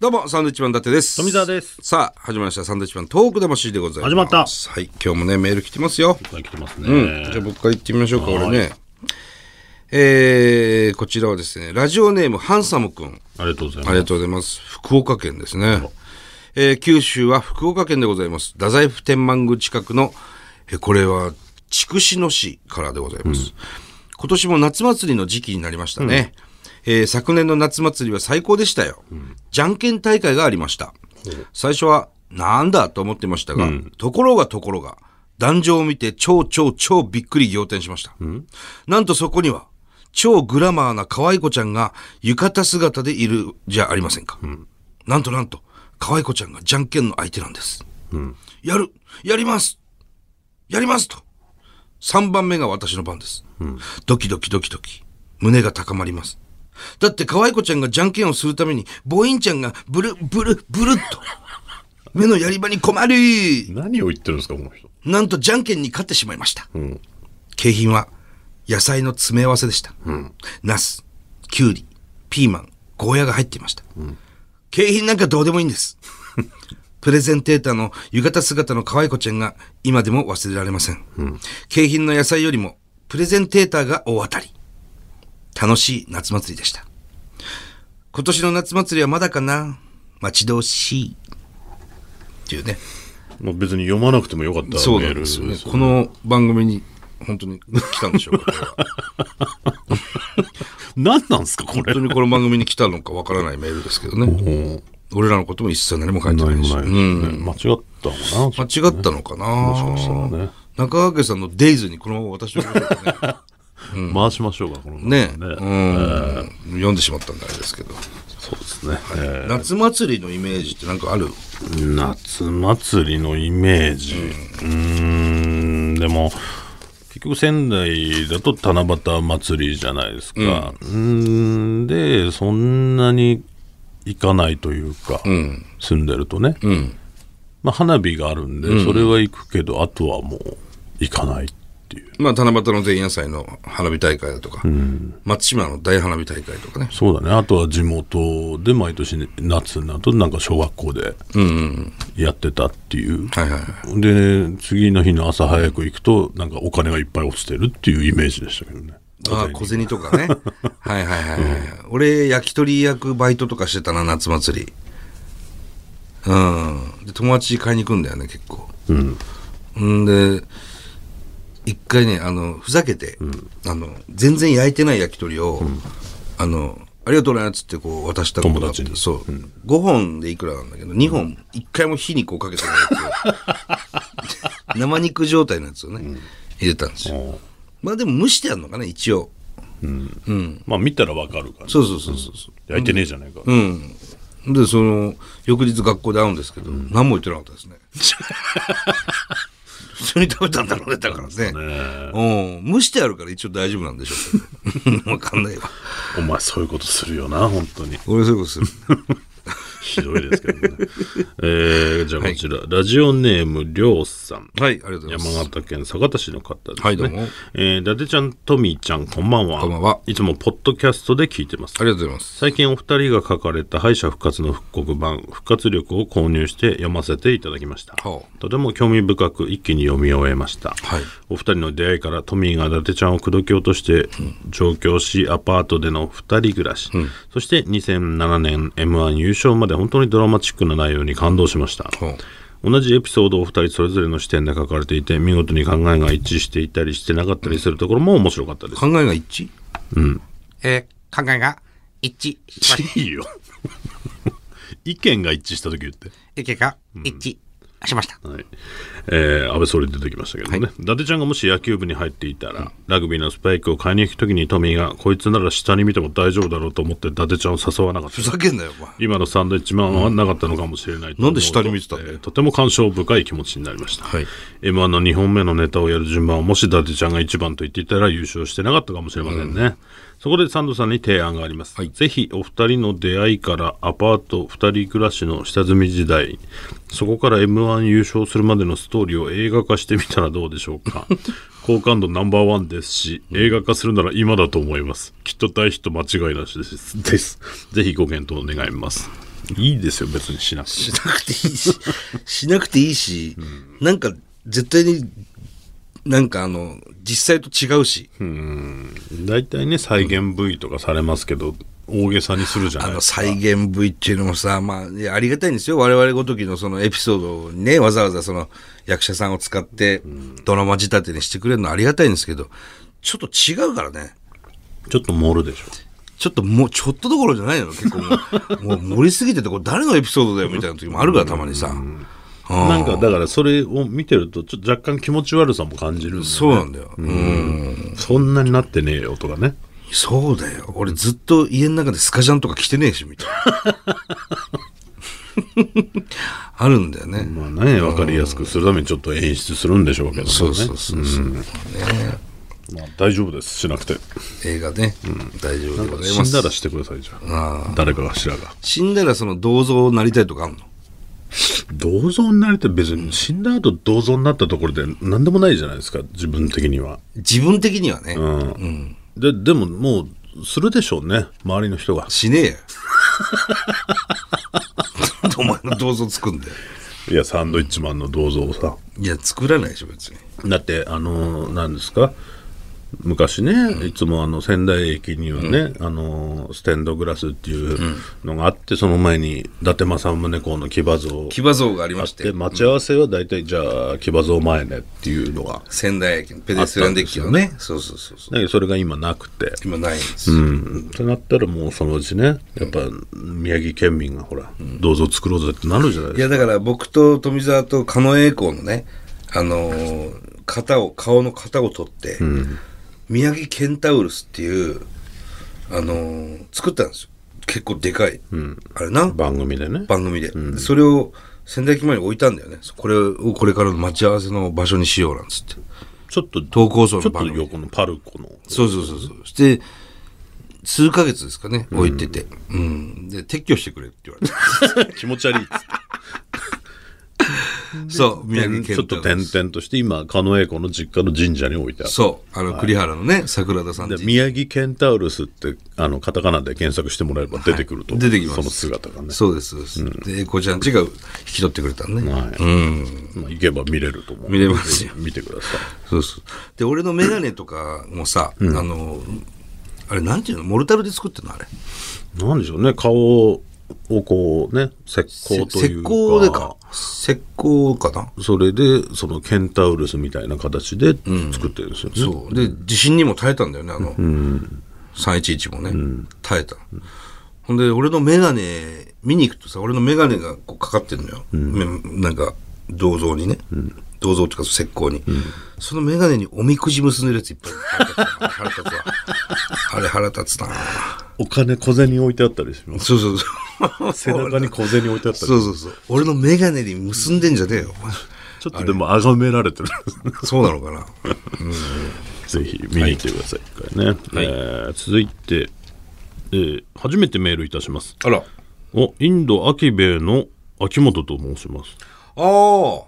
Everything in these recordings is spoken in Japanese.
どうも、サンドウィッチマン伊達です。富澤です。さあ、始まりました。サンドウィッチマントーク魂でございます。始まったはい、今日もね、メール来てますよ。これ来てますね。うん。じゃあ、僕から行ってみましょうか、俺ね。えー、こちらはですね、ラジオネーム、ハンサムくん。ありがとうございあまりす。がとうございます。福岡県ですね。えー九州は福岡県でございます。太宰府天満宮近くの、えーこれは、筑紫野市からでございます。今年も夏祭りの時期になりましたね。えー昨年の夏祭りは最高でしたよ。じゃんけん大会がありました。最初は、なんだと思ってましたが、ところがところが、壇上を見て超超超びっくり仰天しました。なんとそこには、超グラマーな可愛い子ちゃんが浴衣姿でいるじゃありませんか。なんとなんと、可愛い子ちゃんがじゃんけんの相手なんです。やるやりますやりますと !3 番目が私の番です。ドキドキドキドキ。胸が高まります。だって可愛い子ちゃんがじゃんけんをするために、ボインちゃんがブルブルブルっと。目のやり場に困る何を言ってるんですか、この人。なんとじゃんけんに勝ってしまいました。景品は野菜の詰め合わせでした。ナス、キュウリ、ピーマン、ゴーヤが入っていました。景品なんかどうでもいいんです。プレゼンテーターの浴衣姿の可愛い子ちゃんが今でも忘れられません。景品の野菜よりもプレゼンテーターが大当たり。楽しい夏祭りでした。今年の夏祭りはまだかな待ち遠しい。っていうね。まあ、別に読まなくてもよかったそうなメーんルですよね。ここのの番組に本当に来たんでしょうか。 何なんですか、これ本当。にこの番組に来たのかわからないメールですけどね。俺らのことも一切何も書いてないし。うん間違ったのか間違ったのかな、な、ね中川家さんの「デイズにこのまま私をね回しましょうか、このねねうん読んでしまったんであれですけど、そうですね、え夏祭りのイメージってなんかあるー夏祭りのイメージ。うーん、でも、結局仙台だと七夕祭りじゃないですか。うーん、で、そんなに行かないというか、うん住んでるとね。うんまあ、花火があるんで、それは行くけど、あとはもう行かないっていう。まあ七夕の前夜祭の花火大会だとか、松島の大花火大会とかねそうだね。あとは地元で毎年ね夏になると、なんか小学校でうんうんやってたっていう。はいはいはいで、次の日の朝早く行くと、なんかお金がいっぱい落ちてるっていうイメージでしたけどね。ああ小銭と かねはいはいはい、はい俺焼き鳥焼くバイトとかしてたな夏祭りうんで友達買いに行くんだよね結構うん。んで一回ねあのふざけて、あの全然焼いてない焼き鳥を、あのありがとうねっつってこう渡したことがあって友達にそう、5本でいくらなんだけど2本1回も火にこうかけてないや つを生肉状態のやつをね、入れたんですよまあでも蒸してあるのかな一応まあ見たらわかるから、ね。そうそうそうそうそう焼いてねえじゃないか。うん。で、その、翌日学校で会うんですけど、何も言ってなかったです ね。普通に食べたんだろうね、だからね。ねうん。蒸してあるから一応大丈夫なんでしょう けどね。わかんないわ。お前そういうことするよな、本当に。俺そういうこと する。ひどいですけどね。 えー、じゃあこちら、ラジオネーム、りょうさん。はい、ありがとうございます。山形県酒田市の方ですね。はいどうもえー、伊達ちゃん、トミーちゃん、こんばんは。こんばんはいつもポッドキャストで聞いてますあ。りがとうございます。最近お二人が書かれた敗者復活の復刻版、復活力を購入して読ませていただきました。はとても興味深く一気に読み終えました。はいお二人の出会いからトミーが伊達ちゃんを口説き落として上京しアパートでの二人暮らし、そして2007年 m 1優勝まで本当にドラマチックな内容に感動しました、あ。は同じエピソードをお二人それぞれの視点で書かれていて見事に考えが一致していたりしてなかったりするところも面白かったであす、考えが一致えー考えが一致しましいいよ 意見が一致した時言って意見が一致しました。はいえー、安倍総理出てきましたけどね、伊達ちゃんがもし野球部に入っていたら、ラグビーのスパイクを買いに行くときにトミーがこいつなら下に見ても大丈夫だろうと思って伊達ちゃんを誘わなかっふたざけんなよ、お前。今のサンドイッチマンはなかったのかもしれないと思うとなんで下に見てたんだよえーとても感傷深い気持ちになりました、はい m 1の2本目のネタをやる順番をもし伊達ちゃんが1番と言っていたら優勝してなかったかもしれませんね、そこでサンドさんに提案があります、ぜひお二人の出会いからアパート2人暮らしの下積み時代そこから m 1優勝するまでのストーリーを映画化してみたらどうでしょうか好感度ナンバーワンですし映画化するなら今だと思いますきっと大ヒット間違いなしですですぜひご検討願いますいいですよ、別にしなくて。しなくていい し、しなくていいし、なんか絶対に、なんかあの、実際と違うし、大体ね、再現部位とかされますけど、大げさにするじゃあないの、再現部位っていうのもさ、まあ、いやありがたいんですよ。我々ごときのそのエピソードをね、わざわざその役者さんを使って、ドラマ仕立てにしてくれるのはありがたいんですけど、ちょっと違うからね。ちょっと盛るでしょ。ちょっともう、ちょっとどころじゃないの結構もう、もう盛りすぎてて、これ誰のエピソードだよみたいな時もあるから、たまにさ。あーなんか、だからそれを見てると、ちょっと若干気持ち悪さも感じるんで、そうなんだよ。うんそんなになってねえよとかね。そうだよ。俺ずっと家の中でスカジャンとか着てねえし、みたいな。 あるんだよね。まあね、わかりやすくするためにちょっと演出するんでしょうけどね。そうそうそうそう、ねまあ大丈夫です、しなくて。映画ね、大丈夫でござい死ます。んだらしてください、じゃあ。誰かがしらが。死んだらその銅像になりたいとかあんの銅像になりたい別に死んだ後銅像になったところで何でもないじゃないですか、自分的には。自分的にはね、うん。で、でももう、するでしょうね、周りの人が。死ねえよ。なんで お前の銅像作んだよ。いや、サンドイッチマンの銅像をさ。いや、作らないでしょ、別に。だってあのーなんですか昔ねいつもあの仙台駅にはね、あのーステンドグラスっていうのがあって、その前に伊達政宗公の騎馬像騎馬像がありましでて、待ち合わせは大体じゃあ騎馬像前ねっていうのが仙台駅のペデストランデッキのね。そうそうそうそう。だけどそれが今なくて。今ないんです。うん、ってなったらもうそのうちねやっぱ宮城県民がほら、銅像作ろうぜってなるじゃないいですやだから僕と富澤と狩野英孝のね、あのー型を顔の型を取って、宮城ケンタウルスっていう、あのー作ったんですよ結構でかい、あれなか番組でね番組で、それを仙台駅前に置いたんだよねこれをこれからの待ち合わせの場所にしようなんつってちょっと投稿層ちのょっと番組横のパルコのそうそうそうそうして数ヶ月ですかね置いてて、うんで撤去してくれって言われ て気持ち悪いっつってそう宮城ケちょっンタとウル点ス々として今狩野英孝の実家の神社に置いてあるそうあの栗原のね、桜田さんってで宮城ケンタウルスってあのカタカナで検索してもらえば出てくると、出てきますその姿がね、そうです、そうです。で、英孝ちゃんちが引き取ってくれたのね。はいまあ、行けば見れると思う見れますよ見てくださいそうそう。で、俺のメガネとかもさ、あの、あれ、なんていうのモルタルで作ってんのあれ。なんでしょうね顔をこうね石膏と石いうか膏でか。石膏かなそれでそのケンタウルスみたいな形で作ってるんですよね、そう。で、地震にも耐えたんだよね、あの、311もね。耐えた。ほんで、俺のメガネ、見に行くとさ、俺のメガネがこうかかってんのよ。めなんか、銅像にね。銅像っていうか石膏に。そのメガネにおみくじ結んでるやついっぱい腹立つ わ。腹立つわ。あれ腹立つなお金小銭置いてあったりしますそうそう そう。背中に小銭置いてあったりそうそうそう。俺のメガネに結んでんじゃねえよ。お前ちょっとでも崇められてるそうなのかな。ぜひ見に行ってください、一回ねえー続いて、えー初めてメールいたしますあら。おインドアキベイの秋元と申しますああ。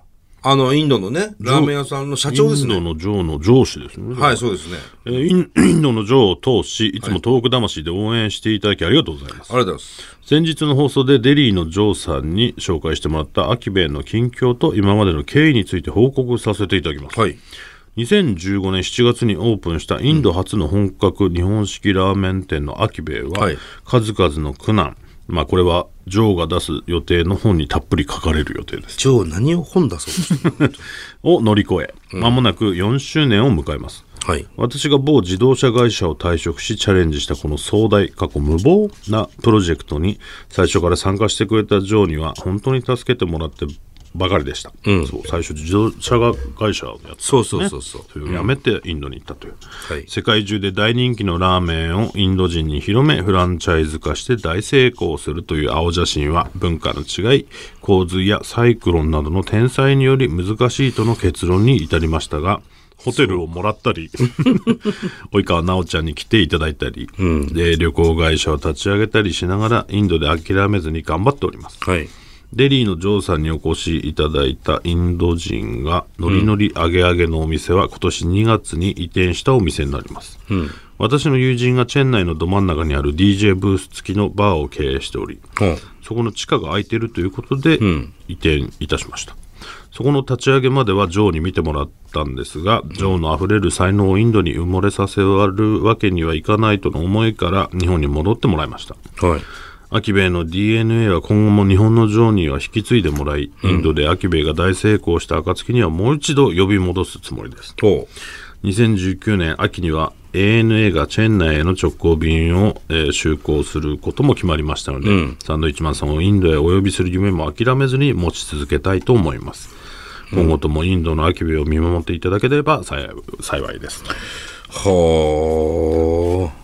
あの、インドのね、ラーメン屋さんの社長ですイねン。ドの上の上司ですねはい、そうですね。えーイン インドの女王を通し、いつも東北魂で応援していただきありがとうございます。ありがとうございます。先日の放送でデリーのジョーさんに紹介してもらったアキベイの近況と今までの経緯について報告させていただきます。はい。 2015年7月にオープンしたインド初の本格日本式ラーメン店のアキベイは、はい数々の苦難、まあこれはジョーが出す予定の本にたっぷり書かれる予定です。ジョー、何を本出そうとしてるを乗り越え、まもなく4周年を迎えます。はい。私が某自動車会社を退職しチャレンジしたこの壮大過去無謀なプロジェクトに最初から参加してくれたジョーには本当に助けてもらってばかりでした、そう最初自動車会社をやってたんですそねうそうそうそうれをやめてインドに行ったという、はい世界中で大人気のラーメンをインド人に広めフランチャイズ化して大成功するという青写真は文化の違い洪水やサイクロンなどの天災により難しいとの結論に至りましたがホテルをもらったり及川奈緒ちゃんに来ていただいたり、で旅行会社を立ち上げたりしながらインドで諦めずに頑張っておりますはい。デリーのジョーさんにお越しいただいたインド人がノリノリ揚げ揚げのお店は今年2月に移転したお店になります、私の友人がチェン内のど真ん中にある DJ ブース付きのバーを経営しておりうんそこの地下が空いているということで移転いたしました、そこの立ち上げまではジョーに見てもらったんですが、ジョーのあふれる才能をインドに埋もれさせるわけにはいかないとの思いから日本に戻ってもらいましたはい。アキベイの DNA は今後も日本のジョーには引き継いでもらい、インドでアキベイが大成功した暁にはもう一度呼び戻すつもりです。お2019年秋には ANA がチェン内への直行便を、えー就航することも決まりましたので、サンドイッチマンさんをインドへお呼びする夢も諦めずに持ち続けたいと思います。今後ともインドのアキベイを見守っていただければ幸い幸いです。はあ。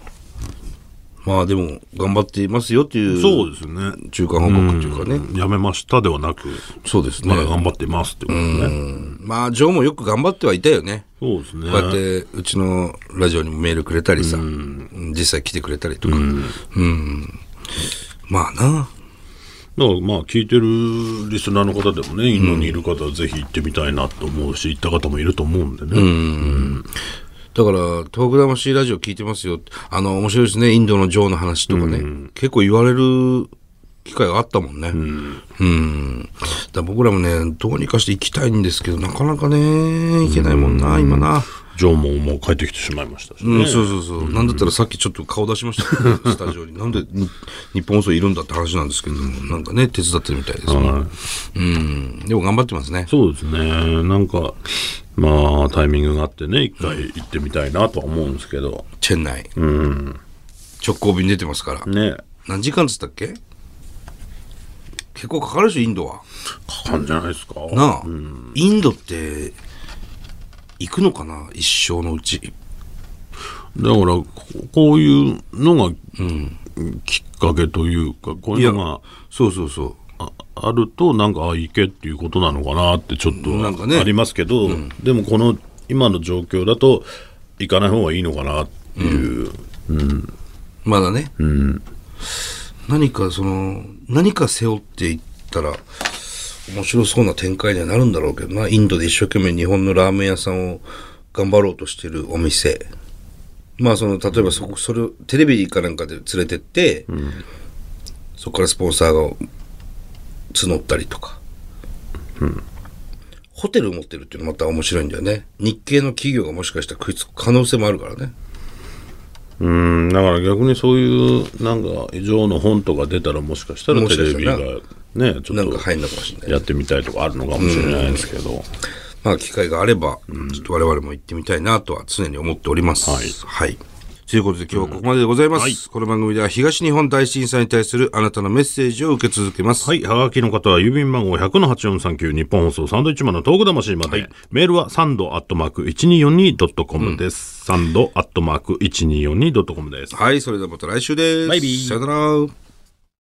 まあでも、頑張っていますよっていう。そうですね。中間報告っていうかね。やめましたではなく、そうですねま。だ頑張っていますってことですね。まあ、ジョーもよく頑張ってはいたよね。そうですね。こうやって、うちのラジオにもメールくれたりさ、実際来てくれたりとか。うん。まあな。だからまあ聞いてるリスナーの方でもね、インドにいる方はぜひ行ってみたいなと思うし、行った方もいると思うんでね。だから、東北魂ラジオ聞いてますよ。あの、面白いですね。インドのジョーの話とかね。結構言われる機会があったもんね。うん。だから僕らもね、どうにかして行きたいんですけど、なかなかね、行けないもんな、今な。ジョーももう帰ってきてしまいましたしうん、ね。そうそうそう、なんだったらさっきちょっと顔出し ましたけど、スタジオに。なんでに日本放送いるんだって話なんですけども、なんかね、手伝ってるみたいです、はいうん。でも頑張ってますね。そうですね。なんか、まあタイミングがあってね、一回行ってみたいなとは思うんですけど。チェン内。うん。直行便出てますから。ね何時間っつったっけ結構かかるでしょ、インドは。かかんじゃないですか。なあ、インドって、行くのかな一生のうち。だからこ、こういうのが、きっかけというか、こういうのそうそうそう。がああると、なんか、あ、行けっていうことなのかなってちょっとなんかねありますけど、でもこの今の状況だと、行かない方がいいのかなっていう。まだね。何かその、何か背負っていったら、面白そうな展開にはなるんだろうけどな。インドで一生懸命日本のラーメン屋さんを頑張ろうとしてるお店。まあその、例えばそこ、それをテレビかなんかで連れてって、そこからスポンサーが募ったりとか。ホテル持ってるっていうのまた面白いんだよね。日系の企業がもしかしたら食いつく可能性もあるからね。うん、だから逆にそういう、なんか、以上の本とか出たら、もしかしたらもテしかレしビたらがね、ちょなっんか入とんのかもしれない。やってみたいとかあるのかもしれないですけど。まあ、機会があれば、ちょっと我々も行ってみたいなとは常に思っております。はいはい。ということで今日はここまででございます。はいこの番組では東日本大震災に対するあなたのメッセージを受け続けます。はい、はがきの方は郵便番号100-8439日本放送サンドイッチマンのトーク魂まで、メールはサンドアットマーク 1242.com です、サンドアットマーク 1242.com ですはい、それではまた来週です。バイビーさよなら。